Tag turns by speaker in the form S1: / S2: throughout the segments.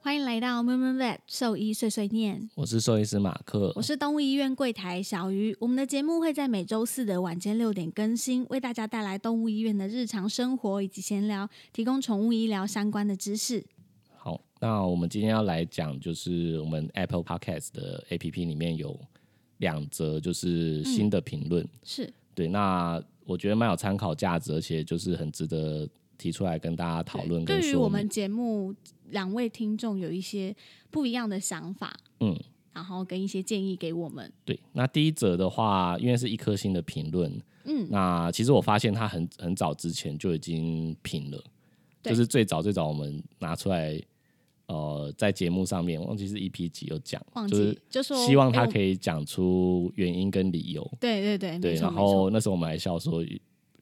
S1: 欢迎来到 m u m u Vet 兽医碎碎念，
S2: 我是兽医师马克，
S1: 我是动物医院柜台小鱼。我们的节目会在每周四的晚间六点更新，为大家带来动物医院的日常生活以及闲聊，提供宠物医疗相关的知识。
S2: 好，那我们今天要来讲，就是我们 Apple Podcast 的 APP 里面有两则
S1: 嗯
S2: 就是新的评论，
S1: 是
S2: 对，那我觉得蛮有参考价值，而且就是很值得提出来跟大家讨论跟
S1: 对于
S2: 说
S1: 我
S2: 明
S1: 们。节目两位听众有一些不一样的想法，
S2: 嗯，
S1: 然后跟一些建议给我们。
S2: 对，那第一则的话，因为是一颗星的评论，
S1: 嗯，
S2: 那其实我发现它很很早之前就已经评了，
S1: 对
S2: 就是最早最早我们拿出来，呃，在节目上面忘记是 EP 几有讲
S1: 忘，
S2: 就是
S1: 记就说
S2: 希望他
S1: 以。
S2: 可以讲出原因跟理由。
S1: 对对对，
S2: 对，
S1: 嗯没错
S2: 然
S1: 没错
S2: 后那时候我们还笑说，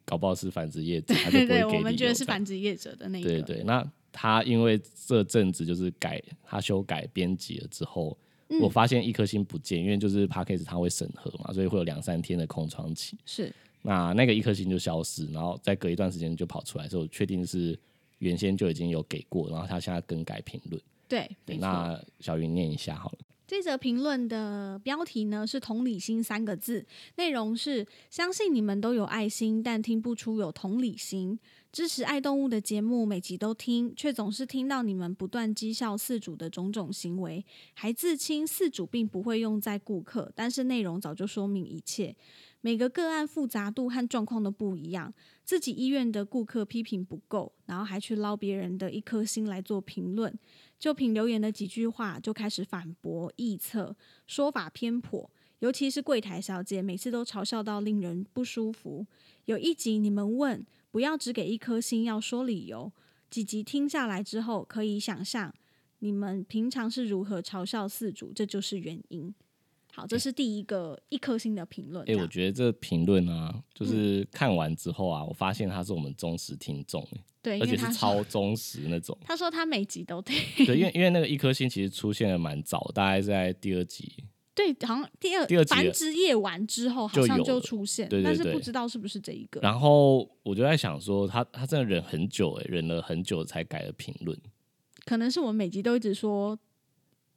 S2: 搞不好是繁殖业者，他就
S1: 对
S2: 不会
S1: 对，
S2: 给理
S1: 我
S2: 由。
S1: 们觉得是
S2: 这样
S1: 繁殖业者的那一个，
S2: 对对，那他因为这阵子就是改他修改编辑了之后，
S1: 嗯
S2: 我发现一颗星不见，因为就是 p a c k a g e 它会审核嘛，所以会有两三天的空窗期。
S1: 是
S2: 那那个一颗星就消失，然后再隔一段时间就跑出来，所以我确定是原先就已经有给过，然后他现在更改评论。
S1: 对，
S2: 对，
S1: 没错。
S2: 那小云念一下好了。
S1: 这则评论的标题呢是“同理心”三个字，内容是：相信你们都有爱心，但听不出有同理心。支持爱动物的节目，每集都听，却总是听到你们不断讥笑饲主的种种行为，还自清饲主并不会用在顾客，但是内容早就说明一切。每个个案复杂度和状况都不一样，自己医院的顾客批评不够，然后还去捞别人的一颗星来做评论。就凭留言的几句话就开始反驳、臆测，说法偏颇。尤其是柜台小姐，每次都嘲笑到令人不舒服。有一集你们问不要只给一颗星，要说理由。几集听下来之后，可以想象你们平常是如何嘲笑饲主，这就是原因。好，这是第一个一颗星的评论。
S2: 哎、
S1: 这
S2: 我
S1: 样嗯
S2: 觉得这评论啊，就是看完之后啊，我发现他是我们忠实听众、欸
S1: 对，因
S2: 而
S1: 为
S2: 且
S1: 他说。
S2: 是超忠实那种
S1: 他说他每集都 听，
S2: 对，因为因为那个一颗星其实出现的蛮早，大概是在第二集。
S1: 对，好像第二
S2: 第二集
S1: 繁
S2: 了
S1: 殖夜晚之后好
S2: 就
S1: 像
S2: 有
S1: 就
S2: 了
S1: 出现，
S2: 对对
S1: 但是
S2: 对
S1: 不知道是不是这一个。
S2: 然后我就在想说，他他真的忍很久、欸，忍了很久才改了评论。
S1: 可能是我们每集都一直说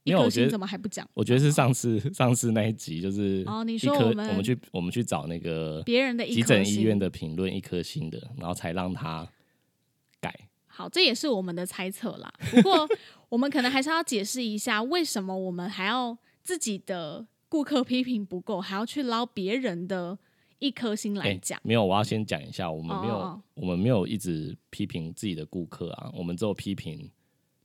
S1: 一
S2: 没有
S1: 颗
S2: 我觉
S1: 星
S2: 得
S1: 怎么还不讲？
S2: 我觉得是上次上次那一集，就是
S1: 哦你
S2: 一
S1: 说
S2: 颗
S1: 我
S2: 我
S1: 们
S2: 们去我们去找那个
S1: 别人的一
S2: 急
S1: 颗
S2: 诊医
S1: 星。
S2: 院的评论一颗星的，然后才让他改。
S1: 好，这也是我们的猜测啦。不过我们可能还是要解释一下，为什么我们还要自己的顾客批评不够，还要去捞别人的一颗星来
S2: 哎
S1: 讲？
S2: 没有，我要先讲一下，我们没有
S1: 哦哦哦
S2: 我们没有一直批评自己的顾客啊，我们只有批评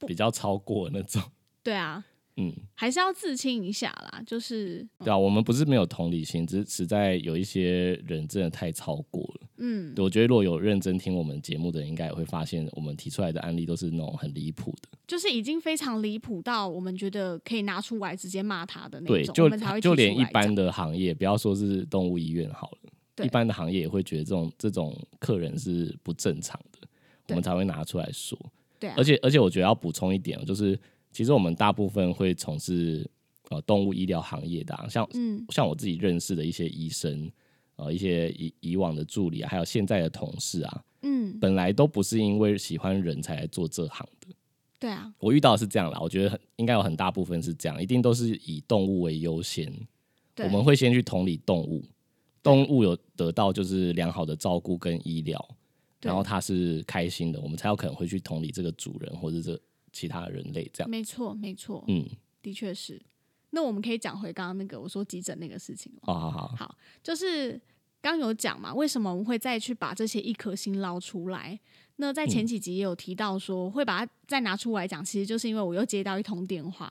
S2: 比较超过那种，
S1: 对啊，
S2: 嗯，
S1: 还是要自清一下啦。就是
S2: 对啊，我们不是没有同理心，只是实在有一些人真的太超过了。
S1: 嗯，
S2: 对我觉得如果有认真听我们节目的人，应该也会发现我们提出来的案例都是那种很离谱的，
S1: 就是已经非常离谱到我们觉得可以拿出来直接骂他的那
S2: 对，
S1: 种，我
S2: 就
S1: 们才会提
S2: 就
S1: 出
S2: 连一
S1: 来
S2: 般
S1: 讲
S2: 的行业，不要说是动物医院好了。
S1: 对
S2: 一般的行业也会觉得这种这种客人是不正常的，我们才会拿出来说。
S1: 对啊
S2: 而，且而且我觉得要补充一点哦，就是其实我们大部分会从事呃动物医疗行业的啊、像
S1: 嗯
S2: 像我自己认识的一些医生，呃一些以以往的助理啊，还有现在的同事啊，
S1: 嗯，
S2: 本来都不是因为喜欢人才来做这行的。
S1: 对啊，
S2: 我遇到的是这样啦，我觉得很应该有很大部分是这样，一定都是以动物为优先，
S1: 对啊
S2: 我们会先去同理动物，动物有得到就是良好的照顾跟医疗，
S1: 对
S2: 然后它是开心的，我们才有可能会去同理这个主人或者这其他人类这样。
S1: 没错没错，
S2: 嗯，
S1: 的确是。那我们可以讲回刚刚那个我说急诊那个事情了，
S2: 哦，好好，
S1: 就是刚有讲嘛，为什么我们会再去把这些一颗星捞出来？那在
S2: 嗯
S1: 前几集也有提到说、会把它再拿出来讲，其实就是因为我又接到一通电话，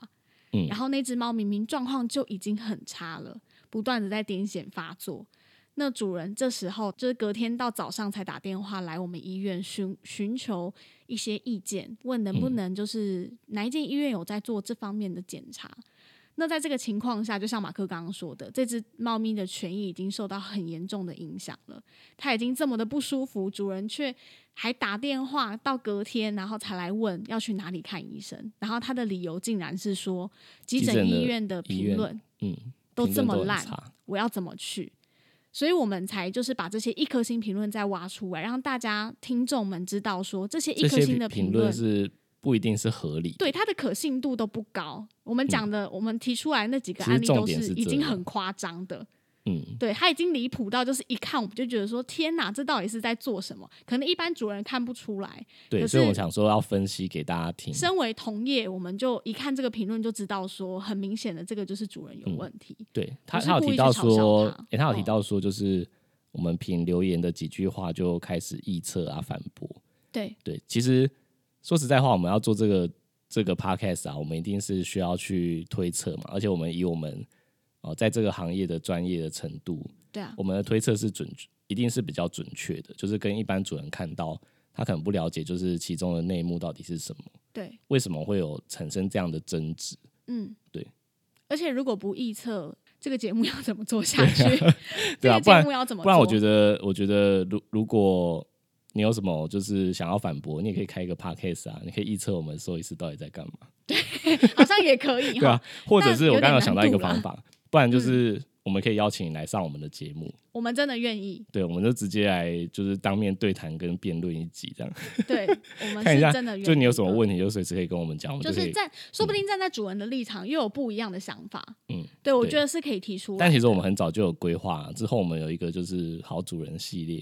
S2: 嗯
S1: 然后那只猫明明状况就已经很差了，不断的在癫痫发作。那主人这时候就是隔天到早上才打电话来我们医院寻寻求一些意见，问能不
S2: 嗯
S1: 能就是哪一间医院有在做这方面的检查。那在这个情况下，就像马克刚刚说的，这只猫咪的权益已经受到很严重的影响了，它已经这么的不舒服，主人却还打电话到隔天，然后才来问要去哪里看医生，然后他的理由竟然是说急
S2: 急
S1: 诊
S2: 诊的
S1: 医院的
S2: 医
S1: 评
S2: 院
S1: 论
S2: 嗯，
S1: 都
S2: 评
S1: 这
S2: 论
S1: 么
S2: 很
S1: 烂，
S2: 差
S1: 我要怎么去？所以我们才就是把这些一颗星评论再挖出来，让大家听众们知道说这些一
S2: 这
S1: 颗
S2: 些
S1: 星的
S2: 评评
S1: 论
S2: 论是不一定是合理的。
S1: 对它的可信度都不高。我们讲的，我们提出来那几个
S2: 嗯其实
S1: 案例
S2: 重
S1: 都
S2: 点
S1: 是
S2: 是
S1: 已
S2: 这
S1: 经
S2: 样
S1: 很夸张的，
S2: 嗯，
S1: 对，它已经离谱到就是一看我们就觉得说天哪，这到底是在做什么？可能一般主人看不出来，可
S2: 对，所以
S1: 是
S2: 我想说要分析给大家听。
S1: 身为同业，我们就一看这个评论就知道说，很明显的这个就是主人
S2: 嗯
S1: 有问题。
S2: 对他，
S1: 是
S2: 他有
S1: 故意
S2: 提
S1: 去
S2: 到
S1: 嘲笑
S2: 说
S1: 他，
S2: 诶，他有提
S1: 嗯
S2: 到说，就是我们凭留言的几句话就开始臆测啊、反驳。
S1: 对，
S2: 对，其实说实在话，我们要做这个这个 podcast 啊，我们一定是需要去推测嘛，而且我们以我们哦、呃在这个行业的专业的程度，
S1: 对啊，
S2: 我们的推测是准，一定是比较准确的，就是跟一般主人看到他可能不了解，就是其中的内幕到底是什么，
S1: 对，
S2: 为什么会有产生这样的争执。
S1: 嗯，
S2: 对。
S1: 而且如果不臆测，这个节目要怎么做下去？ 这
S2: 对啊
S1: 个
S2: 不然
S1: 节目要怎么做？
S2: 不然，我觉得，我觉得如如果你有什么就是想要反驳，你也可以开一个 podcast 啊，你可以预测我们兽医师到底在干嘛，
S1: 好像也可以
S2: 对
S1: 哈。
S2: 啊，或者
S1: 但
S2: 是我
S1: 有
S2: 刚
S1: 点
S2: 刚有想到一个
S1: 难
S2: 方
S1: 度嗯
S2: 法，不然就是我们可以邀请你来上我们的节目，
S1: 我们真的愿意，
S2: 对，我们就直接来就是当面对谈跟辩论一集这样，
S1: 对我们
S2: 看一
S1: 是
S2: 下
S1: 真的愿意。 嗯
S2: 就你有什么问题就随时可以跟我们讲，我们
S1: 啊就
S2: 可
S1: 是
S2: 以。
S1: 站，说不定站在主人的立场，又有不一样的想法。
S2: 嗯，
S1: 对，我
S2: 对
S1: 觉得是可以提出来的。
S2: 但其实我们很早就有规划，啊之后我们有一个就是好主人系列，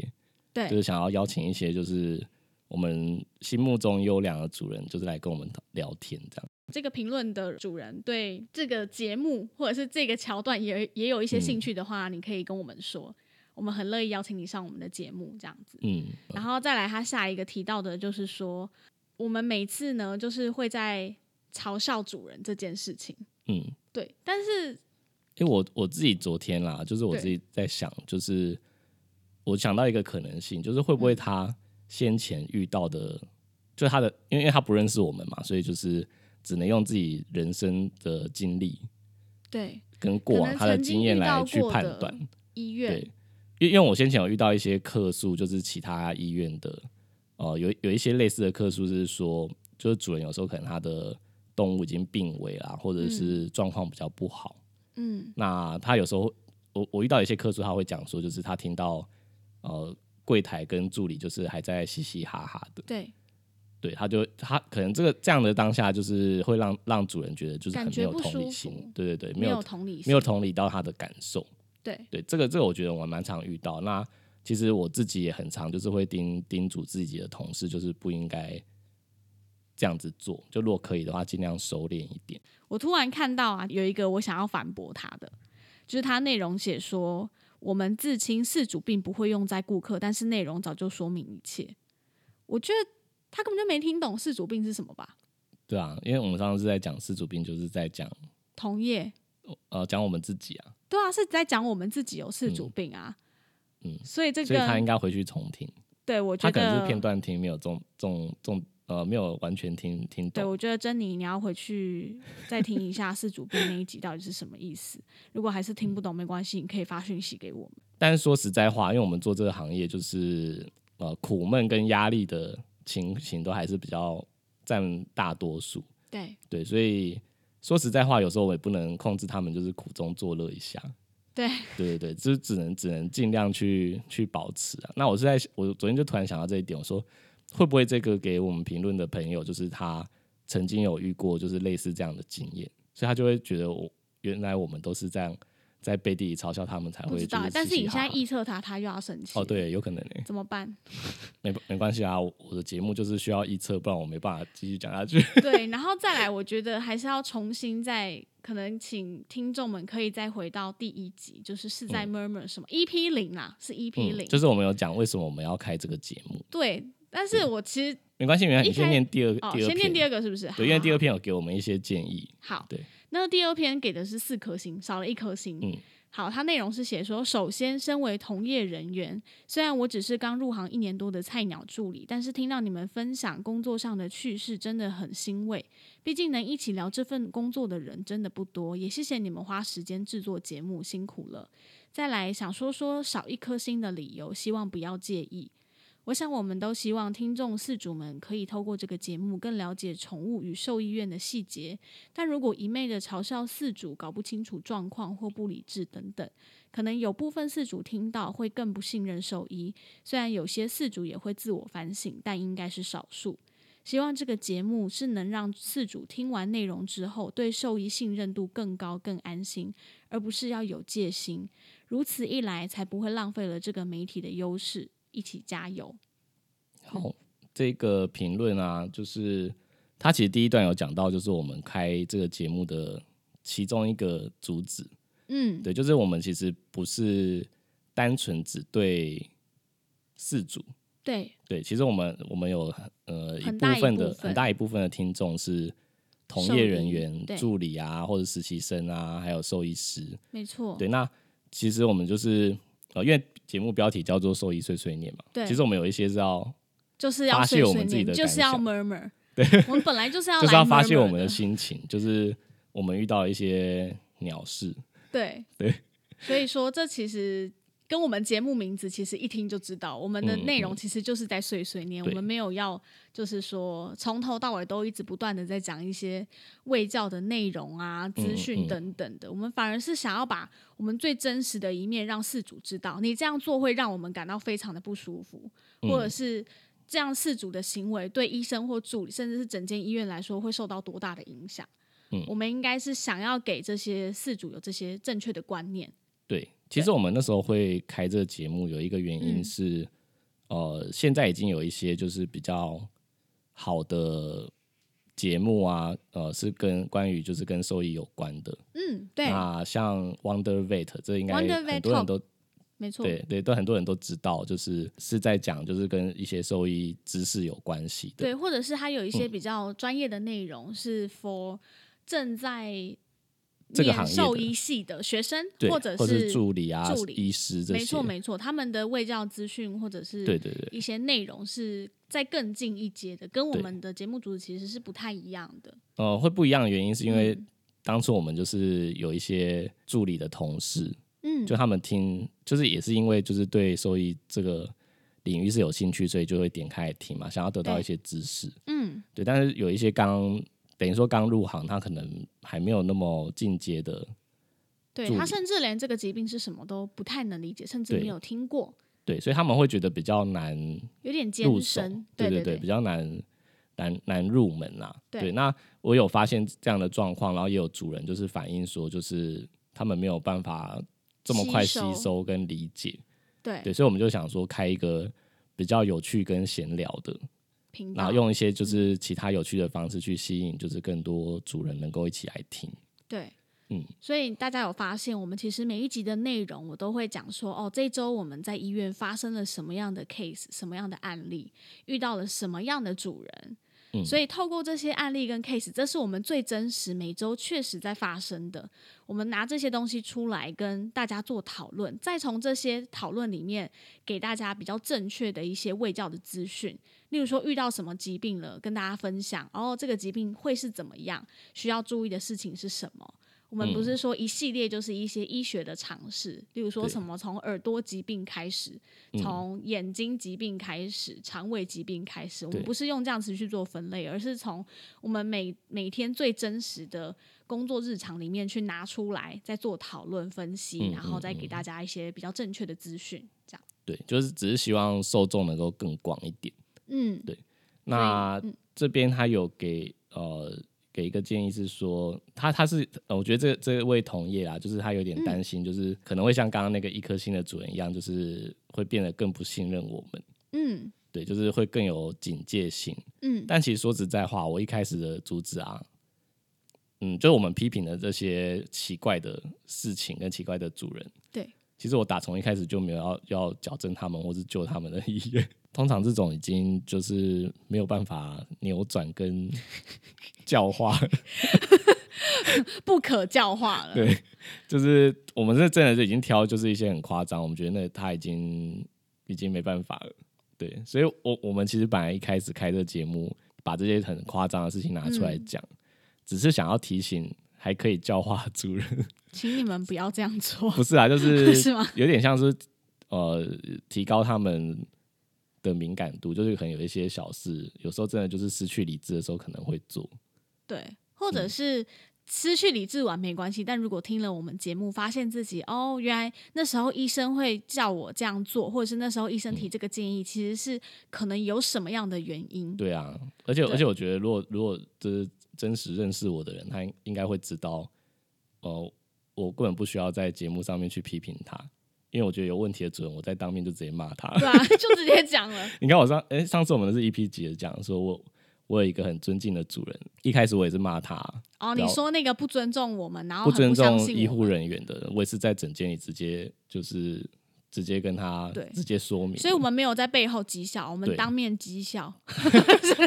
S1: 对
S2: 就是想要邀请一些就是我们心目中优良的主人，就是来跟我们聊天这样。
S1: 这个评论的主人对这个节目或者是这个桥段也也有一
S2: 嗯
S1: 些兴趣的话，你可以跟我们说，我们很乐意邀请你上我们的节目这样子。
S2: 嗯，
S1: 然后再来，他下一个提到的就是说，我们每次呢就是会在嘲笑主人这件事情，
S2: 嗯，
S1: 对，但是
S2: 因为我我自己昨天啦，就是我
S1: 对
S2: 自己在想，就是我想到一个可能性，就是会不
S1: 嗯
S2: 会他先前遇到的，就他的，因为因为他不认识我们嘛，所以就是只能用自己人生的经历
S1: 对
S2: 跟过
S1: 可
S2: 往
S1: 能
S2: 他的
S1: 曾经
S2: 经验
S1: 遇到
S2: 来去
S1: 过
S2: 判
S1: 的
S2: 断。
S1: 医
S2: 对
S1: 院，，
S2: 因为因为我先前有遇到一些客诉，就是其他医院的，呃，有有一些类似的客诉是说，就是主人有时候可能他的动物已经病危啦，或者是状况比较不好。
S1: 嗯，
S2: 那他有时候，我我遇到一些客诉，他会讲说，就是他听到呃柜台跟助理就是还在嘻嘻哈哈的，
S1: 对，
S2: 对，他就他可能这个这样的当下，就是会让让主人觉得就是
S1: 感
S2: 很没
S1: 觉
S2: 有
S1: 不
S2: 同理
S1: 舒服
S2: 心，对对对，
S1: 没
S2: 没有
S1: 同理心，
S2: 没有同理到他的感受，
S1: 对
S2: 对，这个这个我觉得我蛮常遇到。那其实我自己也很常就是会叮叮嘱自己的同事，就是不应该这样子做，就如果可以的话，尽量收敛一点。
S1: 我突然看到啊，有一个我想要反驳他的，就是他内容写说，我们自清事主并不会用在顾客，但是内容早就说明一切。我觉得他根本就没听懂事主病是什么吧？
S2: 对啊，因为我们上次在讲失主病，就是在讲
S1: 同业，
S2: 呃讲我们自己啊。
S1: 对啊，是在讲我们自己有事主病啊。
S2: 嗯嗯
S1: 所以这
S2: 所以他应
S1: 个
S2: 该回去重听，
S1: 对我
S2: 他
S1: 觉
S2: 可能
S1: 得
S2: 是片段听，没有重重重呃，没有完全听听
S1: 对，
S2: 懂。
S1: 我觉得珍妮，你要回去再听一下事主病那一集到底是什么意思。如果还是
S2: 嗯
S1: 听不懂，没关系，你可以发讯息给我们。
S2: 但是说实在话，因为我们做这个行业，就是呃苦闷跟压力的情形都还是比较占大多数，
S1: 对
S2: 对，所以说实在话，有时候我也不能控制他们，就是苦中作乐一下。
S1: 对，
S2: 对对对，就是只能只能尽量去去保持啊。那我是在我昨天就突然想到这一点，我说会不会这个给我们评论的朋友，就是他曾经有遇过就是类似这样的经验，所以他就会觉得我原来我们都是这样在背地里嘲笑他们才
S1: 不
S2: 会
S1: 知
S2: 就
S1: 道
S2: 是，
S1: 但是
S2: 嘻
S1: 你
S2: 嘻
S1: 现在
S2: 哈哈
S1: 臆测他，他又要生气。
S2: 哦，对，有可能诶，
S1: 怎么 办？
S2: 没没关系啊，我我的节目就是需要预测，不然我没办法继续讲下去。
S1: 对，然后再来，我觉得还是要重新再，可能请听众们可以再回到第一集，就是是在 murmur 什么、EP 零啦，是 EP 零、
S2: 嗯就是我们有讲为什么我们要开这个节目，
S1: 对。但是我其实
S2: 没关系，没关系，
S1: 一
S2: 你先
S1: 开
S2: 念第二
S1: 哦，
S2: 第二
S1: 先念第
S2: 篇，
S1: 二个是不是？好
S2: 对，因为
S1: 好
S2: 第二篇有给我们一些建议，
S1: 好，
S2: 对，
S1: 那第二篇给的是四颗星，少了一颗星。
S2: 嗯
S1: 好，它内容是写说，首先，身为同业人员，虽然我只是刚入行一年多的菜鸟助理，但是听到你们分享工作上的趣事，真的很欣慰。毕竟能一起聊这份工作的人真的不多，也谢谢你们花时间制作节目，辛苦了。再来想说说少一颗星的理由，希望不要介意。我想，我们都希望听众饲主们可以透过这个节目更了解宠物与兽医院的细节，但如果一昧的嘲笑饲主搞不清楚状况或不理智等等，可能有部分饲主听到会更不信任兽医。虽然有些饲主也会自我反省，但应该是少数。希望这个节目是能让饲主听完内容之后，对兽医信任度更高、更安心，而不是要有戒心。如此一来，才不会浪费了这个媒体的优势。一起加油！
S2: 好，这个评论啊，就是他其实第一段有讲到，就是我们开这个节目的其中一个主旨，
S1: 嗯，
S2: 对，就是我们其实不是单纯只对四组，
S1: 对，
S2: 对，其实我们我们有呃一
S1: 很
S2: 部
S1: 大一
S2: 分的
S1: 部分
S2: 很大一部分的听众是同
S1: 兽
S2: 业
S1: 医
S2: 人员、
S1: 对
S2: 助理啊，或者实习生啊，还有兽医师，
S1: 没错，
S2: 对，那其实我们就是呃，因为节目标题叫做“兽医碎碎念”嘛，
S1: 对
S2: 其实我们有一些是要
S1: 就是要
S2: 发泄
S1: 碎
S2: 我
S1: 碎
S2: 们自己
S1: 念，
S2: 的
S1: 就是
S2: 感
S1: 要
S2: 想
S1: murmur。对，我们本来就是要
S2: 就是
S1: 来
S2: 要发泄
S1: murmur
S2: 我们的心情，就是我们遇到一些鸟事，
S1: 对
S2: 对，
S1: 所以说这其实跟我们节目名字其实一听就知道，我们的
S2: 嗯
S1: 内容其实就是在碎碎念，我
S2: 对
S1: 们没有要就是说从头到尾都一直不断的在讲一些卫教的内容啊、资
S2: 嗯
S1: 讯
S2: 嗯
S1: 等等的，我们反而是想要把我们最真实的一面让事主知道，你这样做会让我们感到非常的不舒服，
S2: 嗯
S1: 或者是。这样事主的行为对医生或助理，甚至是整间医院来说，会受到多大的影响？我们应该是想要给这些事主有这些正确的观念。
S2: 对，其实我们那时候会开这个节目，有一个原因
S1: 嗯
S2: 是，呃，现在已经有一些就是比较好的节目啊，呃，是跟关于就是跟兽医有关的。
S1: 嗯，对，
S2: 那像 Wonder Vet，这应该
S1: Wonder Vet
S2: 很多人都
S1: 没错，
S2: 对对，都很多人都知道，就是是在讲就是跟一些兽医知识有关系的。
S1: 对，或者是他有一
S2: 嗯
S1: 些比较专业的内容是 for 正在
S2: 这个行
S1: 念
S2: 业
S1: 兽
S2: 的
S1: 医系的学生，
S2: 对，
S1: 者
S2: 或
S1: 是
S2: 助理啊、
S1: 助理
S2: 医师这些，
S1: 没错没错，他们的卫教资讯或者是
S2: 对对对，
S1: 一些内容是在更进一阶的，跟我
S2: 对
S1: 们的节目主旨其实是不太一样的。
S2: 呃，会不一样的原因是因为
S1: 嗯
S2: 当初我们就是有一些助理的同事，
S1: 嗯，
S2: 就他们听，就是也是因为就是对兽医这个领域是有兴趣，所以就会点开来听嘛，想要得到
S1: 对
S2: 一些知识。
S1: 嗯，
S2: 对，但是有一些刚等于说刚入行，他可能还没有那么进阶的，
S1: 对
S2: 助
S1: 他
S2: 理
S1: 甚至连这个疾病是什么都不太能理解，甚至
S2: 对
S1: 没有听过，
S2: 对，所以他们会觉得比较难
S1: 有点艰
S2: 入手
S1: 深。，
S2: 对
S1: 对
S2: 对，比较难难难入门啦、
S1: 对
S2: 对，那我有发现这样的状况，然后也有主人就是反映说，就是他们没有办法这么快吸
S1: 吸收
S2: 收哎跟理解，
S1: 对
S2: 对，所以我们就想说开一个比较有趣跟闲聊的，
S1: 频
S2: 然
S1: 道
S2: 后用一些就是其他有趣的方式去吸引，就是更多主人能够一起来听。
S1: 对，
S2: 嗯，
S1: 所以大家有发现，我们其实每一集的内容，我都会讲说，哦，这周我们在医院发生了什么样的 case，什么样的案例，遇到了什么样的主人。
S2: 嗯
S1: 所以透过这些案例跟 case，这是我们最真实、每周确实在发生的。我们拿这些东西出来跟大家做讨论，再从这些讨论里面给大家比较正确的一些卫教的资讯，例如说遇到什么疾病了，跟大家分享，哦，这个疾病会是怎么样，需要注意的事情是什么。我们不是说一系列就是一些医学的尝试，例如说
S2: 嗯对嗯
S1: 什么从耳朵疾病开始，从眼睛疾病开始，肠胃疾病开始，我们
S2: 对
S1: 不是用这样子去做分类，而是从我们每每天最真实的工作日常里面去拿出来，再做讨论分析，
S2: 嗯
S1: 然后再给大家一些比较正确的资讯，这样。
S2: 对，就是只是希望受众能够更广一点。
S1: 嗯，
S2: 那
S1: 嗯
S2: 这边他有给呃给一个建议是说，他他是、呃我觉得这这位同业啦，就是他有点担心，就是可能会像刚刚那个一颗星的主人一样，就是会变得更不信任我们，
S1: 嗯
S2: 对，就是会更有警戒性。
S1: 嗯，
S2: 但其实说实在话，我一开始的主旨啊，嗯，就是我们批评的这些奇怪的事情跟奇怪的主人，
S1: 对，
S2: 其实我打从一开始就没有要要矫正他们或是救他们的意愿。通常这种已经就是没有办法扭转跟 教化，
S1: 不可教化 了。
S2: 对，就是我们是真的是已经挑就是一些很夸张，我们觉得那他已经已经没办法了，对，所以我我们其实本来一开始开这个节目，把这些很夸张的事情拿出来
S1: 嗯
S2: 讲，只是想要提醒还可以教化主人，
S1: 请你们不要这样做
S2: 不，是啊，就 是
S1: 是吗？
S2: 有点像是呃提高他们。的敏感度就是可能有一些小事，有时候真的就是失去理智的时候可能会做，
S1: 对，或者是失去理智完没关系，但如果听了我们节目，发现自己哦，原来那时候医生会叫我这样做，或者是那时候医生
S2: 嗯
S1: 提这个建议，其实是可能有什么样的原因。
S2: 对啊，而且
S1: 对
S2: 而且我觉得，如果如果就是真实认识我的人，他应应该会知道，呃，我根本不需要在节目上面去批评他，因为我觉得有问题的主人，我在当面就直接骂他。
S1: 对啊， 就直接讲了。
S2: 你看我上哎、上次我们是 EP 几的讲说我。我有一个很尊敬的主人，一开始我也是骂他，
S1: 哦，
S2: 了
S1: 你说那个不尊重我们，然后
S2: 不
S1: 哦很
S2: 尊
S1: 相
S2: 重
S1: 信
S2: 医
S1: 我
S2: 护
S1: 们，
S2: 人员的人，我也是在整间里直接就是直接跟他
S1: 对
S2: 直接说明，
S1: 所以我们没有在背后讥笑，我们
S2: 对
S1: 当面讥笑。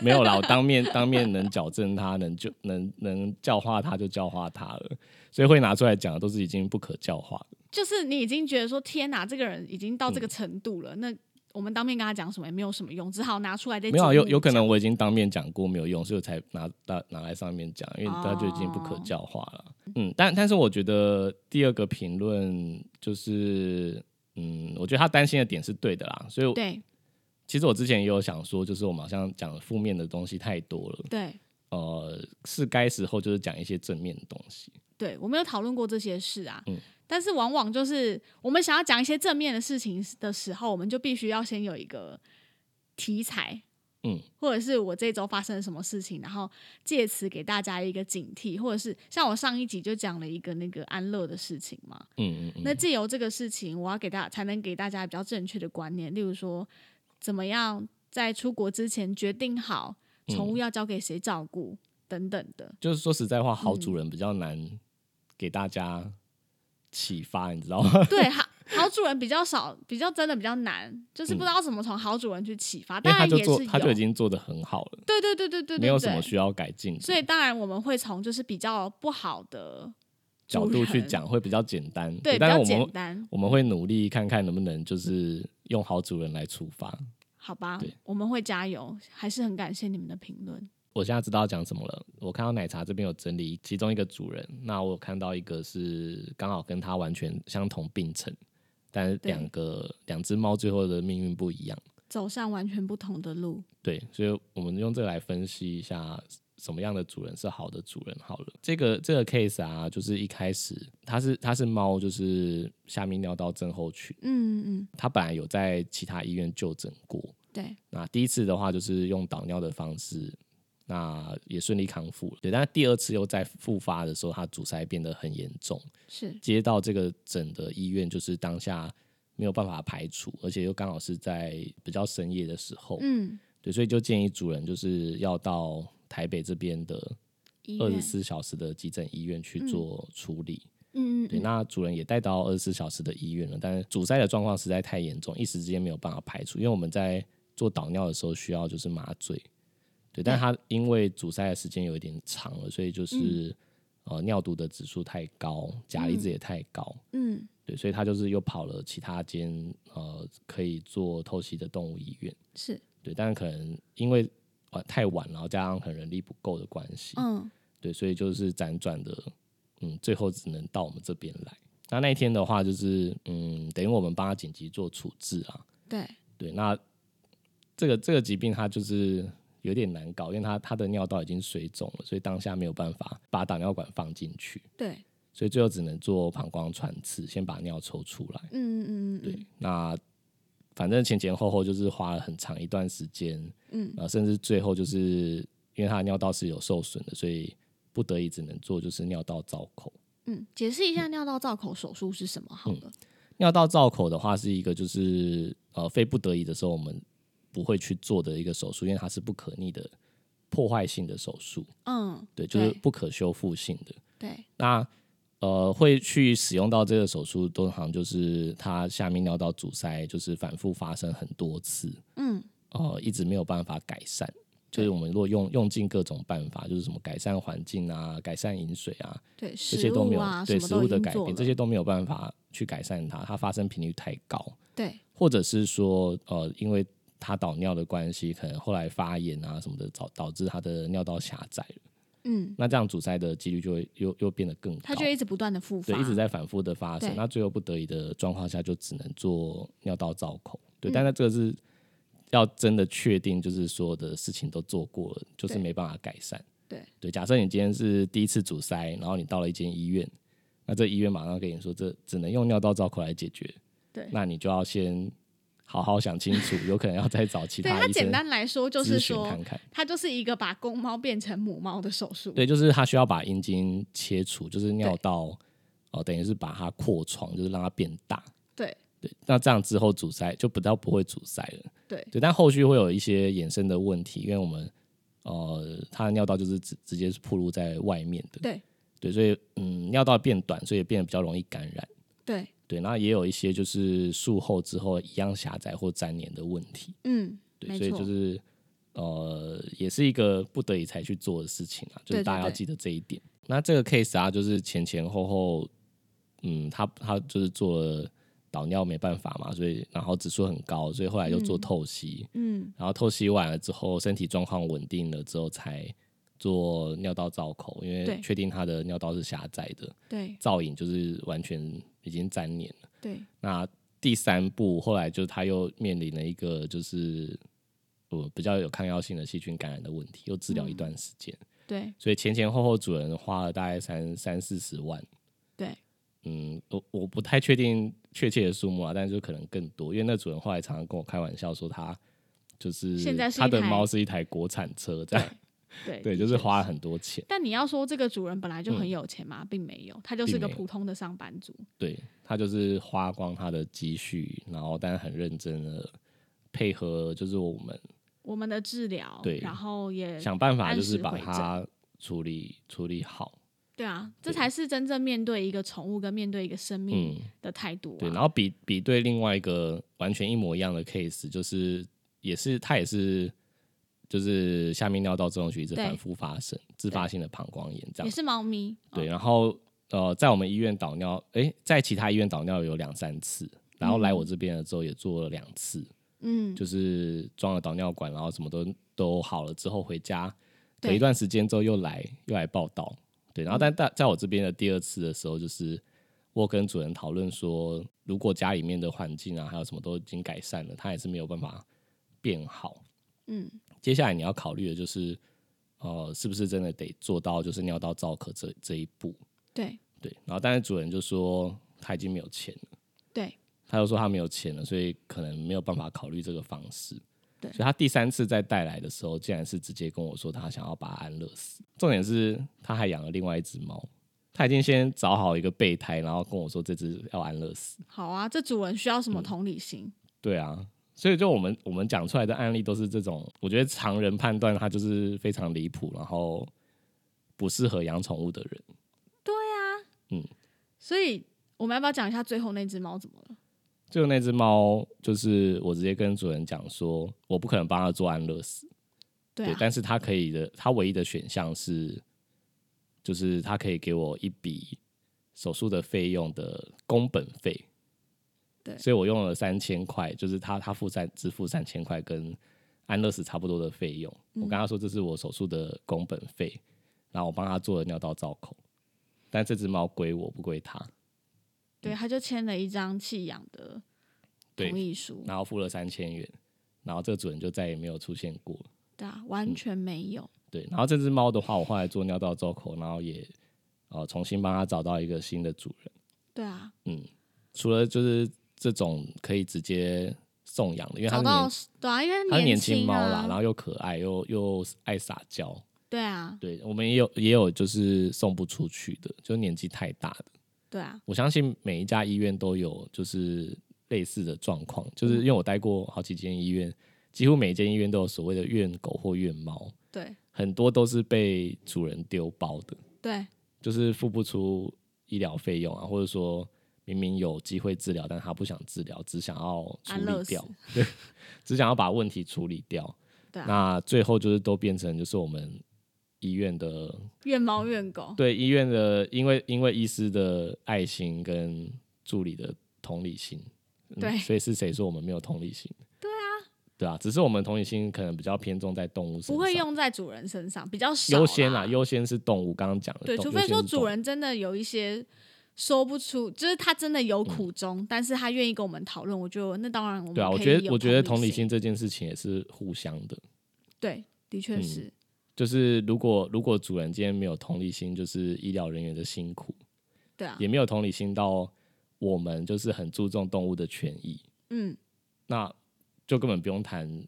S2: 没有啦，我当面当面能矫正他，能就能能教化他就教化他了，所以会拿出来讲的都是已经不可教化的。
S1: 就是你已经觉得说，天哪，这个人已经到
S2: 嗯
S1: 这个程度了，那我们当面跟他讲什么也没有什么用，只好拿出来在
S2: 没有啊，
S1: 节目
S2: 有有可
S1: 讲
S2: 能我已经当面讲过没有用，所以我才拿拿拿来上面讲，因为他就已经不可
S1: 哦
S2: 教化了。嗯，但但是我觉得第二个评论就是，嗯，我觉得他担心的点是对的啦，所以我
S1: 对
S2: 其实我之前也有想说，就是我们好像讲负面的东西太多了，
S1: 对
S2: 呃，是该时候就是讲一些正面的东西。
S1: 对，我们有讨论过这些事啊。
S2: 嗯
S1: 但是往往就是我们想要讲一些正面的事情的时候，我们就必须要先有一个题材，
S2: 嗯，
S1: 或者是我这一周发生了什么事情，然后借此给大家一个警惕，或者是像我上一集就讲了一个那个安乐的事情嘛，
S2: 嗯嗯嗯，
S1: 那借由这个事情，我要给大家才能给大家比较正确的观念，例如说，怎么样在出国之前决定好
S2: 嗯
S1: 宠物要交给谁照顾、等等的。
S2: 就是说实在话，好
S1: 嗯
S2: 主人比较难给大家启发，你 知道吗？
S1: 对，好好主人比较少，比较真的比较难，就是不知道怎么从好主人去启发。
S2: 嗯因为
S1: 当
S2: 他
S1: 然
S2: 就
S1: 也是
S2: 做，
S1: 有，
S2: 他就已经做的很好了，
S1: 对对对对对对，
S2: 没有什
S1: 对
S2: 么需要改进
S1: 所
S2: 的
S1: 以当然我们会从就是比较不好的
S2: 角
S1: 主
S2: 度
S1: 人
S2: 去，讲，会比较简单。
S1: 对，比
S2: 但是
S1: 较
S2: 我们
S1: 简
S2: 会
S1: 单，
S2: 我们会努力看看能不能就是用好主人来出发。
S1: 好吧
S2: 对？
S1: 我们会加油，还是很感谢你们的评论。
S2: 我现在知道要讲什么了。我看到奶茶这边有整理其中一个主人，那我有看到一个是刚好跟他完全相同病程，但是
S1: 对
S2: 两个两只猫最后的命运不一样。
S1: 走上完全不同的路，
S2: 对，所以我们用这个来分析一下什么样的主人是好的主人好了。这个这个 case 啊，就是一开始它是它是猫，就是下泌尿道症候群，
S1: 嗯嗯，
S2: 它本来有在其他医院就诊过，
S1: 对，
S2: 那第一次的话就是用导尿的方式，那也顺利康复了。对，但是第二次又在复发的时候，它阻塞变得很严重，
S1: 是
S2: 接到这个诊的医院就是当下没有办法排除，而且又刚好是在比较深夜的时候，
S1: 嗯，
S2: 对，所以就建议主人就是要到台北这边的
S1: 医
S2: 二
S1: 院
S2: 十，四小时的急诊医院去做处理。
S1: 嗯
S2: 对，
S1: 嗯，
S2: 那主人也带到二十四小时的医院了，但是阻塞的状况实在太严重，一时之间没有办法排除。因为我们在做导尿的时候需要就是麻醉，对，但他因为阻塞的时间有一点长了，所以
S1: 嗯
S2: 就是、呃尿毒的指数太高，钾离子也太高，
S1: 嗯
S2: 对，所以他就是又跑了其他间呃可以做透析的动物医院，
S1: 是，
S2: 对，但是可能因为晚太晚，然后加上可能人力不够的关系，
S1: 嗯
S2: 对，所以就是辗转的，嗯，最后只能到我们这边来。那那一天的话，就是嗯，等于我们帮他紧急做处置啊。
S1: 对，
S2: 对，那这个这个疾病它就是有点难搞，因为它它的尿道已经水肿了，所以当下没有办法把导尿管放进去，
S1: 对，
S2: 所以最后只能做膀胱穿刺，先把尿抽出来。
S1: 嗯嗯嗯，
S2: 对，那反正前前后后就是花了很长一段时间，嗯，啊，甚至最后就是因为他的尿道是有受损的，所以不得已只能做就是尿道造口。
S1: 嗯，解释一下尿道造口手术是什么好
S2: 嗯
S1: 了，
S2: 尿道造口的话是一个就是呃非不得已的时候我们不会去做的一个手术，因为它是不可逆的破坏性的手术，
S1: 嗯，
S2: 对，就是
S1: 对
S2: 不可修复性的。
S1: 对，
S2: 那呃，会去使用到这个手术，通常就是它下泌尿道阻塞，就是反复发生很多次，
S1: 嗯，
S2: 呃，一直没有办法改善。就
S1: 对
S2: 是我们如果用用尽各种办法，就是什么改善环境啊、改善饮水啊，
S1: 对，
S2: 这
S1: 食
S2: 些都没
S1: 物
S2: 有、
S1: 啊，什
S2: 对
S1: 么
S2: 食
S1: 都
S2: 物
S1: 已
S2: 的
S1: 经
S2: 改
S1: 做
S2: 变，
S1: 了，
S2: 这些都没有办法去改善它，它发生频率太高，
S1: 对，
S2: 或者是说呃，因为它导尿的关系，可能后来发炎啊什么的，导导致它的尿道狭窄了
S1: 嗯，
S2: 那这样阻塞的几率就会又又变得更高，
S1: 它就一直不断的复发
S2: 对，，一直在反复的发生
S1: 对。
S2: 那最后不得已的状况下，就只能做尿道造口。对，
S1: 嗯
S2: 但是这个是要真的确定，就是所有的事情都做过了，就是
S1: 对
S2: 没办法改善。
S1: 对
S2: 对，假设你今天是第一次阻塞，然后你到了一间医院，那这医院马上跟你说，这只能用尿道照口来解决。
S1: 对
S2: 那你就要先好好想清楚，有可能要再找其
S1: 对
S2: 他
S1: 它
S2: 医
S1: 简
S2: 生
S1: 单来说就
S2: 咨
S1: 是
S2: 询
S1: 说，
S2: 看看。
S1: 它就是一个把公猫变成母猫的手术。
S2: 对，就是他需要把阴茎切除，就是尿道哦、等于是把它扩创，就是让它变大。
S1: 对
S2: 对，那这样之后阻塞就比较不会阻塞了。
S1: 对
S2: 对，但后续会有一些衍生的问题，因为我们呃，它的尿道就是直直接是暴露在外面的。
S1: 对
S2: 对，所以嗯，尿道变短，所以变得比较容易感染。
S1: 对，
S2: 对，那也有一些就是术后之后一样狭窄或粘连的问题。
S1: 嗯，
S2: 对，
S1: 没
S2: 所以
S1: 错
S2: 就是呃，也是一个不得已才去做的事情啊，就
S1: 对
S2: 是
S1: 对
S2: 大家要
S1: 对
S2: 记得这一点。那这个 case 啊，就是前前后后，嗯，他他就是做了导尿没办法嘛，所以然后指数很高，所以后来又做透析，
S1: 嗯
S2: 然后透析完了之后，身体状况稳定了之后才。做尿道造口，因为
S1: 对
S2: 确定他的尿道是狭窄的，
S1: 对
S2: 造影就是完全已经粘连了。
S1: 对
S2: 那第三步后来就他又面临了一个就是呃比较有抗药性的细菌感染的问题，又治疗一段时间，
S1: 对
S2: 所以前前后后主人花了大概三三四十万，
S1: 对
S2: 嗯，我我不太确定确切的数目啊，但是就可能更多，因为那主人后来常常跟我开玩笑说他。就是
S1: 现在是一
S2: 他的
S1: 台
S2: 猫是一台国产 车，这样
S1: 对
S2: 对，就是花了很多钱，
S1: 但你要说这个主人本来就很有钱嘛，并没有，他就是
S2: 并
S1: 个
S2: 没有
S1: 普通的上班族。
S2: 对他就是花光他的积蓄，然后但是很认真的配合，就是我们
S1: 我们的治疗，
S2: 对
S1: 然后也
S2: 想办法
S1: 按
S2: 就是
S1: 时
S2: 把
S1: 回诊
S2: 它处理处理好，
S1: 对啊，这才是真正面对一个宠物跟面对一个生命
S2: 嗯，
S1: 的态度、啊
S2: 对，然后比比对另外一个完全一模一样的 case，就是也是它也是就是下面尿道自动血一直
S1: 对
S2: 反复发生自发性的膀胱炎这
S1: 也
S2: 样，
S1: 是猫咪，
S2: 对，
S1: 哦
S2: 然后呃在我们医院导尿，诶，在其他医院导尿有两三次，然后来我这边了之后也做了两次，
S1: 嗯，
S2: 就是装了导尿管，然后什么都都好了之后回家，
S1: 对
S2: 隔一段时间之后又来又来报道，对，然后但在在我这边的第二次的时候，就是我跟主人讨论说，如果家里面的环境啊，还有什么都已经改善了，它也是没有办法变好。
S1: 嗯，
S2: 接下来你要考虑的就是，呃，是不是真的得做到就是尿道造壳这这一步？
S1: 对
S2: 对，然后但是主人就说他已经没有钱了。
S1: 对
S2: 他就说他没有钱了，所以可能没有办法考虑这个方式。
S1: 对
S2: 所以他第三次再带来的时候，竟然是直接跟我说他想要把它安乐死。重点是他还养了另外一只猫，他已经先找好一个备胎，然后跟我说这只要安乐死。
S1: 好啊，这主人需要什
S2: 嗯
S1: 么同理心？
S2: 对啊，所以就我们我们讲出来的案例都是这种，我觉得常人判断他就是非常离谱，然后不适合养宠物的人。
S1: 所以我们要不要讲一下最后那只猫怎么了？
S2: 就那只猫，就是我直接跟主人讲说，我不可能帮它做安乐死。
S1: 对
S2: 对，
S1: 啊，
S2: 但是他可以的，他唯一的选项是，就是他可以给我一笔手术的费用的工本费。
S1: 对
S2: 所以我用了三千块，就是他他付三支付三千块，跟安乐死差不多的费用。我跟他说这是我手术的工本费，然后我帮他做了尿道造口，但这只猫归我不归他，
S1: 对，他就签了一张弃养的
S2: 对
S1: 同意书，
S2: 然后付了三千元，然后这个主人就再也没有出现过。
S1: 对啊，
S2: 嗯
S1: 完全没有，
S2: 对，然后这只猫的话，我后来做尿道造口，然后也呃重新帮它找到一个新的主人。
S1: 对啊，
S2: 除了就是这种可以直接送养的，因为它
S1: 找
S2: 是
S1: 到
S2: 年
S1: 对啊，因为
S2: 它
S1: 它
S2: 是年轻
S1: 轻
S2: 猫啦，
S1: 啊，
S2: 然后又可爱又又爱撒娇。
S1: 对啊，
S2: 对我们也有也有就是送不出去的，就年纪太大的。
S1: 对啊，
S2: 我相信每一家医院都有就是类似的状况，就是因为我待过好几间医院，几乎每一间医院都有所谓的院狗或院猫，
S1: 对
S2: 很多都是被主人丢包的。
S1: 对
S2: 就是付不出医疗费用啊，或者说明明有机会治疗，但他不想治疗，只想要处
S1: 安乐
S2: 理
S1: 死
S2: 掉， 对，只想要把问题处理掉。
S1: 对啊
S2: 那最后就是都变成就是我们医院的
S1: 怨猫怨狗，
S2: 对医院的，因为因为医师的爱心跟助理的同理心，嗯
S1: 对
S2: 所以是谁说我们没有同理心？对啊，对啊，只是我们同理心可能比较偏重在动物身上，
S1: 不会用在主人身上，比较少啦
S2: 优先啊，优先是动物，刚刚讲的
S1: 对，
S2: 动
S1: 除
S2: 优
S1: 非
S2: 先
S1: 说
S2: 是
S1: 主
S2: 动物
S1: 人真的有一些说不出，就是他真的有苦衷，但是他愿意跟我们讨论，我就那当然我们
S2: 对啊，我
S1: 可以
S2: 觉得
S1: 有
S2: 我觉得
S1: 同
S2: 同理
S1: 理，
S2: 心这件事情也是互相的，
S1: 对，的确
S2: 嗯
S1: 是，
S2: 就是如果如果主人今天没有同理心，就是医疗人员的辛苦，
S1: 对啊，
S2: 也没有同理心到我们就是很注重动物的权益，
S1: 嗯，
S2: 那就根本不用谈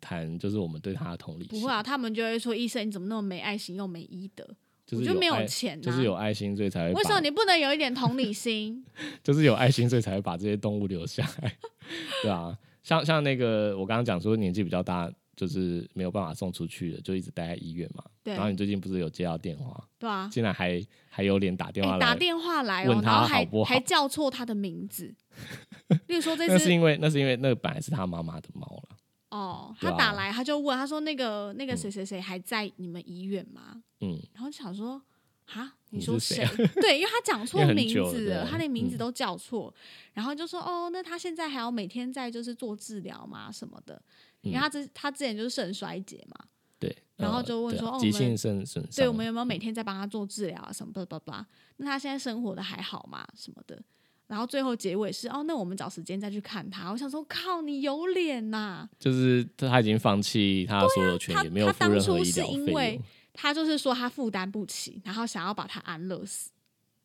S2: 谈，就是我们对它的同理
S1: 不
S2: 心。
S1: 会啊，他们就会说医生你怎么那么没爱心又没医德？
S2: 就
S1: 我
S2: 是
S1: 就没
S2: 爱
S1: 有钱呐、
S2: 就是有爱心，所以才会
S1: 为什么
S2: 把，
S1: 你不能有一点同理 心？
S2: 就是有爱心，所以才会把这些动物留下来， 对啊，像像那个我刚刚讲说年纪比较大，就是没有办法送出去的，就一直待在医院嘛。
S1: 对
S2: 然后你最近不是有接到电话，
S1: 对啊，
S2: 竟然还还有脸打电
S1: 哎、
S2: 话来，
S1: 打电话来哦、
S2: 问他
S1: 然后还
S2: 好不好
S1: 还叫错他的名 字，例如说这
S2: 那是
S1: 只
S2: 因为那是因为那个本来是他妈妈的猫了，
S1: 哦，
S2: 对
S1: 他
S2: 啊
S1: 打来他就问他说那个那个谁谁谁还在你们医院吗？
S2: 嗯，
S1: 然后就想说啊，你
S2: 你
S1: 说
S2: 是
S1: 谁？
S2: 谁啊
S1: 对，因为他讲错
S2: 因为很
S1: 名
S2: 久
S1: 字
S2: 了
S1: 了，
S2: 对
S1: 他连名字
S2: 嗯
S1: 都叫错，然后就说哦，那他现在还要每天在就是做治疗嘛什么的，因为
S2: 嗯
S1: 他之他之前就是肾衰竭嘛，
S2: 对。
S1: 然后
S2: 呃
S1: 就问
S2: 对啊
S1: 说哦
S2: 急
S1: 我们
S2: 性肾损伤，
S1: 对我们有没有
S2: 嗯
S1: 每天在帮他做治疗啊什么巴拉巴拉巴拉？那他现在生活的还好吗？什么的。然后最后结尾是哦，那我们找时间再去看他。我想说，靠，你有脸呐、
S2: 就是他已经放弃他的所有权，
S1: 他
S2: 也没有
S1: 啊他
S2: 付
S1: 当
S2: 任何
S1: 初
S2: 医
S1: 是
S2: 疗
S1: 因
S2: 费
S1: 为
S2: 用。
S1: 他就是说他负担不起，然后想要把他安乐死。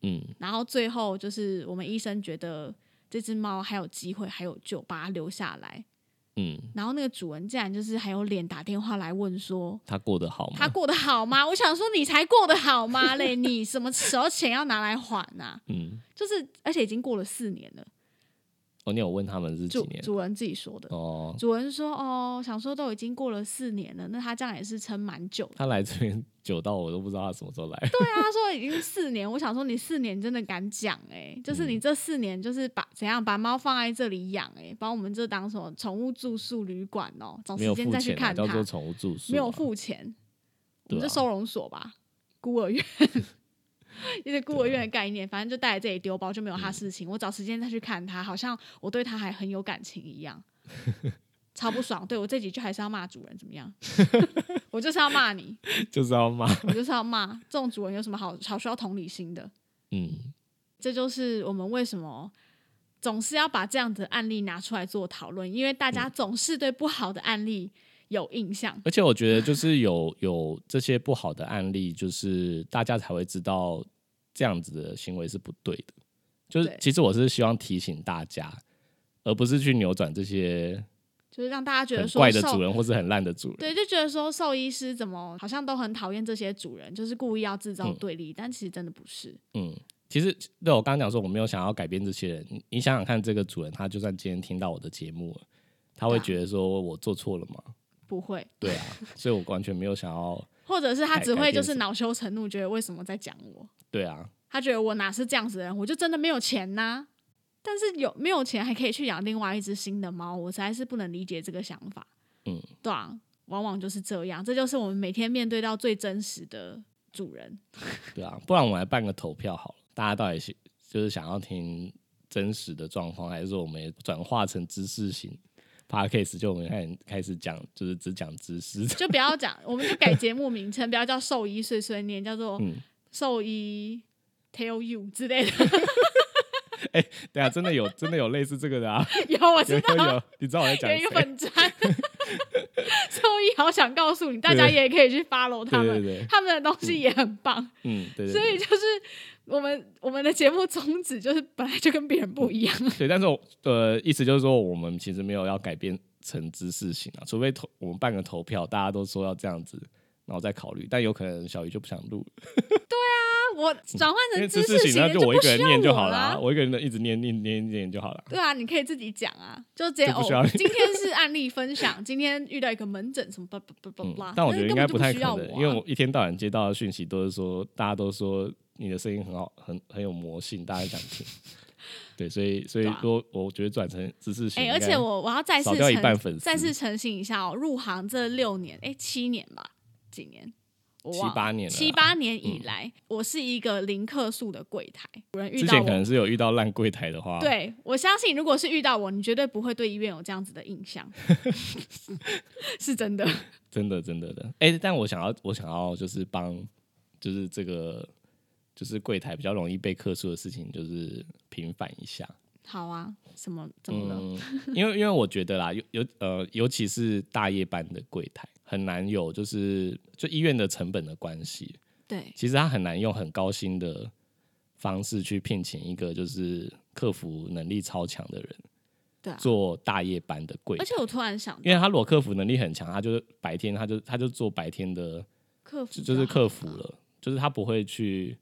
S2: 嗯，
S1: 然后最后就是我们医生觉得这只猫还有机会，还有救，把它留下来。
S2: 嗯，
S1: 然后那个主人竟然就是还有脸打电话来问说
S2: 他过得好吗？
S1: 他过得好吗？我想说你才过得好吗嘞？你什么时候钱要拿来还呐、
S2: 嗯，
S1: 就是而且已经过了四年了，
S2: 哦，你有问他们是几
S1: 主
S2: 年？
S1: 主人自己说的。
S2: 哦，
S1: 主人说：“哦，想说都已经过了四年了，那他这样也是撑蛮久的。
S2: 他来这边久到我都不知道他什么时候来。
S1: 对啊，他说已经四年，我 想说你四年真的敢讲哎、就是
S2: 嗯
S1: 你这四年就是把怎样把猫放在这里养哎、把我们这当什么宠物住宿旅馆哦、找
S2: 没
S1: 时
S2: 有
S1: 间
S2: 付
S1: 再去
S2: 钱、啊，
S1: 看它，
S2: 叫做宠物住宿、啊
S1: 没有，付钱，我们
S2: 对
S1: 就
S2: 啊
S1: 收容所吧，孤儿院， 有点孤儿院的概念，反正就带来这里丢包就没有他事
S2: 嗯
S1: 情。我找时间再去看他，好像我对他还很有感情一 样，超不爽。对我这几句还是要骂主人怎么 样？我就是要骂你，
S2: 就是要骂。
S1: 我就是要骂这种主人有什么好好需要同理心的？
S2: 嗯，
S1: 这就是我们为什么。总是要把这样的案例拿出来做讨论，因为大
S2: 嗯
S1: 家总是对不好的案例有印象。
S2: 而且我觉得就是有有这些不好的案例，就是大家才会知道这样子的行为是不对的。就是
S1: 对
S2: 其实我是希望提醒大家，而不是去扭转这些
S1: 就是让大家觉得
S2: 很
S1: 说
S2: 怪的
S1: 兽
S2: 主人或是很烂的主人。
S1: 对，就觉得说兽医师怎么好像都很讨厌这些主人，就是故意要制造对立，但其实真的不是。
S2: 嗯，其实对我刚刚讲说，我没有想要改变这些人。你你想想看，这个主人他就算今天听到我的节目了，他会
S1: 对啊
S2: 觉得说我做错了吗？
S1: 不会，
S2: 对啊，所以我完全没有想要。
S1: 或者是他
S2: 改
S1: 只
S2: 改
S1: 会
S2: 变
S1: 就是
S2: 什么
S1: 恼羞成怒，觉得为什么在讲我？
S2: 对啊，
S1: 他觉得我哪是这样子的人，我就真的没有钱呐、但是有没有钱还可以去养另外一只新的猫，我实在是不能理解这个想法。
S2: 嗯，
S1: 对啊，往往就是这样，这就是我们每天面对到最真实的主人。
S2: 对啊，不然我们来办个投票好了，大家到底是就是想要听真实的状况，还是说我们也转化成知识型 podcast，就我们开始开始讲，就是只讲知识。
S1: 就不要讲，我们就改节目名称，不要叫兽医碎碎念，叫做
S2: 嗯
S1: 兽医 tell you 之类的。
S2: 对啊，真的有真的有类似这 个的啊，
S1: 有我
S2: 有
S1: 知
S2: 有
S1: 道
S2: 有，你知道我在 讲
S1: 有一个
S2: 谁？
S1: 粉砖，兽医好想告诉你，大家也可以去 follow 他
S2: 对对
S1: 们，
S2: 对，
S1: 他们的东西也很棒。
S2: 嗯，对对
S1: 所以就是我们我们的节目宗旨就是本来就跟别人不一样，
S2: 对，但是我呃，意思就是说，我们其实没有要改变成知识型啊，除非投我们办个投票，大家都说要这样子，然后再考虑。但有可能小鱼就不想录，
S1: 我转换
S2: 因
S1: 成
S2: 为知
S1: 识
S2: 识型
S1: 型
S2: 那
S1: 的
S2: 我一
S1: 不
S2: 个
S1: 需
S2: 人
S1: 要
S2: 念就
S1: 我
S2: 好啦，
S1: 啦。
S2: 我一个人一直念念念念就好了。
S1: 对啊，你可以自己讲啊，就直接
S2: 就
S1: 哦
S2: 不需要。
S1: 今天是案例分 享，今天遇到一个门诊什么叭叭叭叭
S2: 嗯
S1: 叭，，
S2: 但我觉得应该
S1: 不
S2: 太
S1: 需
S2: 可
S1: 要
S2: 能，
S1: 我啊
S2: 因为我一天到晚接到的讯息都是说，大家都说你的声音很好，很很有魔性，大家想听。 对，所以所以
S1: 对啊
S2: 说，我觉得转成知识型
S1: 哎、
S2: 应该，
S1: 而且我我要再次
S2: 少掉一半粉
S1: 澄
S2: 丝
S1: 再次澄清一下哦，入行这六年，哎、七年吧，几年？我忘了
S2: 七八年了啦嗯
S1: 七八年以来，我是一个零客诉的柜台，有人遇
S2: 之
S1: 到
S2: 前可
S1: 我
S2: 能。是有遇到烂柜台的话，，
S1: 对，我相信如果是遇到我，你绝对不会对医院有这样子的印象， 是真的。
S2: 真的，真的的。哎、但我想要，我想要就是帮，就是这个，就是柜台比较容易被客诉的事情，就是平反一下。
S1: 好啊，什么怎么了？
S2: 嗯，因为因为我觉得啦，尤尤呃，尤其是大夜班的柜台很难有，就是就医院的成本的关系，
S1: 对，
S2: 其实他很难用很高薪的方式去聘请一个就是客服能力超强的人
S1: 对啊。
S2: 做大夜班的柜台
S1: 而，且我突然想到，
S2: 因为他如果客服能力很强，他就是白天他就他就做白天的，
S1: 客服
S2: 就就是
S1: 好
S2: 客服了，就是他不会去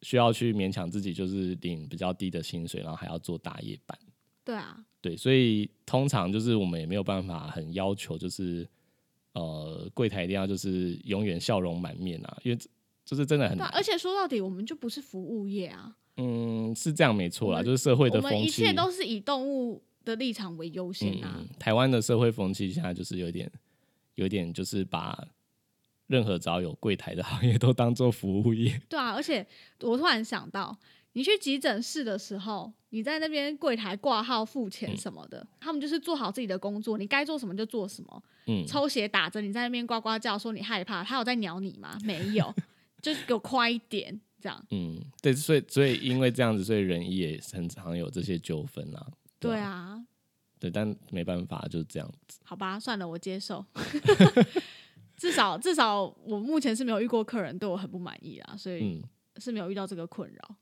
S2: 需要去勉强自己，就是领比较低的薪水，然后还要做大夜班。
S1: 对啊，
S2: 对，所以通常就是我们也没有办法很要求，就是呃柜台一定要就是永远笑容满面啊，因为这就是真的很
S1: 对
S2: 难
S1: 啊。而且说到底，我们就不是服务业啊，
S2: 嗯，是这样没错
S1: 我
S2: 啦，
S1: 们
S2: 就是社会
S1: 我
S2: 的
S1: 们
S2: 风
S1: 一
S2: 气
S1: 切，都是以动物的立场为优先啊。
S2: 嗯，台湾的社会风气现在就是有点有点就是把任何只要有柜台的行业都当做服 务业，
S1: 对啊，而且我突然想到，你去急诊室的时候，你在那边柜台挂号、付
S2: 嗯
S1: 钱什么的，他们就是做好自己的工作，你该做什么就做什么。
S2: 嗯，
S1: 抽血打针，你在那边呱呱叫说你害怕，他有在鸟你 吗？没有，就是给我快一点这样。
S2: 嗯，对，所以所以因为这样子，所以人医也很常有这些纠纷啦。
S1: 对
S2: 对啊
S1: 啊，
S2: 对，但没办法，就是这样。
S1: 好吧，算了，我接受。 至少至少我目前是没有遇过客人对我很不满意啊，所以
S2: 嗯
S1: 是没有遇到这个困扰。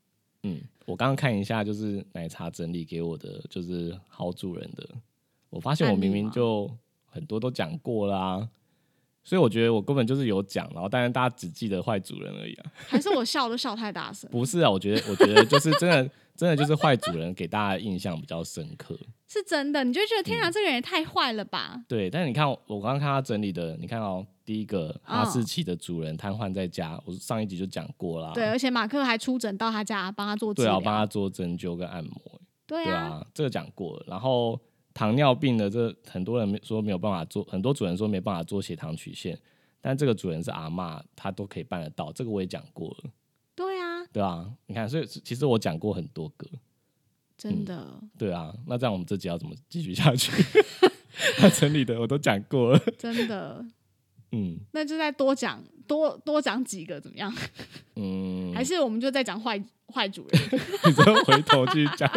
S2: 嗯，我刚刚看一下，就是奶茶整理给我的，就是好主人的，我发现我
S1: 案
S2: 明
S1: 例
S2: 明
S1: 吗
S2: 就很多都讲过啦、所以我觉得我根本就是有讲，然后但是大家只记得坏主人而已啊。
S1: 还是我笑都笑太大声，
S2: 不是啊，我觉得我觉得就是真的真的就是坏主人给大家印象比较深刻。
S1: 是真的，你就会觉得天哪，这个人也太坏了吧？
S2: 对，但你看我我刚刚看他整理的，你看哦，第一个哈士奇的主人瘫痪在家，我上一集就讲过啦。
S1: 对，而且马克还出诊到他家帮他做治
S2: 嗯对啊，
S1: 疗，
S2: 我帮他做针灸跟按摩，
S1: 对
S2: 对
S1: 啊，
S2: 啊，这个讲过了。然后糖尿病的这很多人没说没有办法做，很多主人说没办法做血糖曲线，但这个主人是阿嬷，他都可以办得到，这个我也讲过了，
S1: 对啊，
S2: 对啊，你看，所以其实我讲过很多个，
S1: 真的，
S2: 对啊，那这样我们这集要怎么继续下去？ 他整理的我都讲过了，
S1: 真的，
S2: 嗯
S1: 那就再多讲多多讲几个怎么样？
S2: 嗯，
S1: 还是我们就再讲坏坏主人，
S2: 你再回头去讲，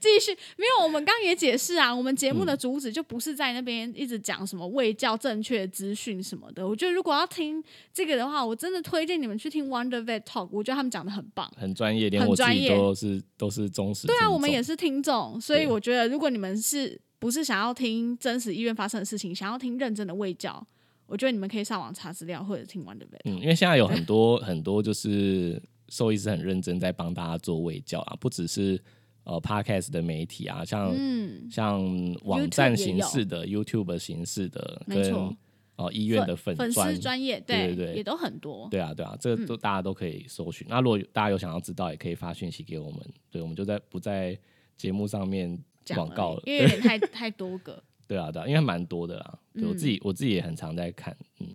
S1: 继续？没有，我们刚刚也解释啊，我们节目
S2: 嗯
S1: 的主旨就不是在那边一直讲什么卫教正确资讯什么的。我觉得如果要听这个的话，我真的推荐你们去听 Wonder Vet Talk，我觉得他们讲的很棒。
S2: 很专业，连
S1: 很
S2: 我自
S1: 专
S2: 己
S1: 业
S2: 都是都是忠实。
S1: 对啊，我们也是听众，所以
S2: 对
S1: 我觉得如果你们是不是想要听真实医院发生的事情，想要听认真的卫教，我觉得你们可以上网查资料或者听 Wonder Vet。
S2: 嗯，因为现在有很多 很多就是兽医师很认真在帮大家做卫教啊，不只是呃 podcast 的媒体啊，像、
S1: 嗯，
S2: 像网站
S1: YouTube 也
S2: 形
S1: 有
S2: 式的、YouTube 形式的，
S1: 没
S2: 跟
S1: 错
S2: 呃医院的粉
S1: 粉
S2: 专
S1: 丝，专嗯业
S2: 对对对
S1: 也都很多。
S2: 对啊对啊，这个都大家都可以搜寻。那如果大家有想要知道，也可以发讯息给我们，对，我们就在不在节目上面
S1: 这样
S2: 广告
S1: 而已
S2: 了，
S1: 因为有点 太太多个。
S2: 对啊对啊，因为蛮多的啦，对我
S1: 嗯
S2: 自己我自己也很常在看，嗯，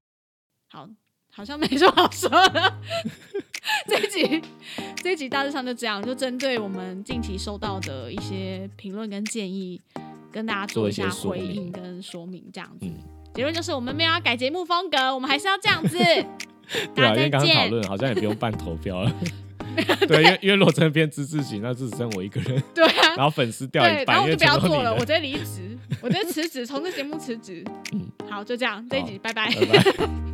S1: 好，好像没什么好说的。这一集，这一集大致上就这样，就针对我们近期收到的一些评论跟建议，跟大家做一下
S2: 做
S1: 回
S2: 一些说明
S1: 应跟说明，这样子。
S2: 嗯
S1: 结论就是我们没有要改节目风格，我们还是要这 样子。
S2: 对
S1: 大家
S2: 啊，因为刚
S1: 再
S2: 刚讨
S1: 见。
S2: 论好像也不用办投 票了。对，因为因为罗真的变知识型，那只剩我一个人，
S1: 对啊，
S2: 然后粉丝掉
S1: 对
S2: 一，
S1: 然
S2: 半，
S1: 后
S2: 因
S1: 我就
S2: 为
S1: 不
S2: 全
S1: 要
S2: 都
S1: 做
S2: 你
S1: 了，我
S2: 的。
S1: 直接离职，我直接辞职，从这节目辞职。
S2: 嗯
S1: 好，就这样，这一集拜拜。
S2: 拜拜。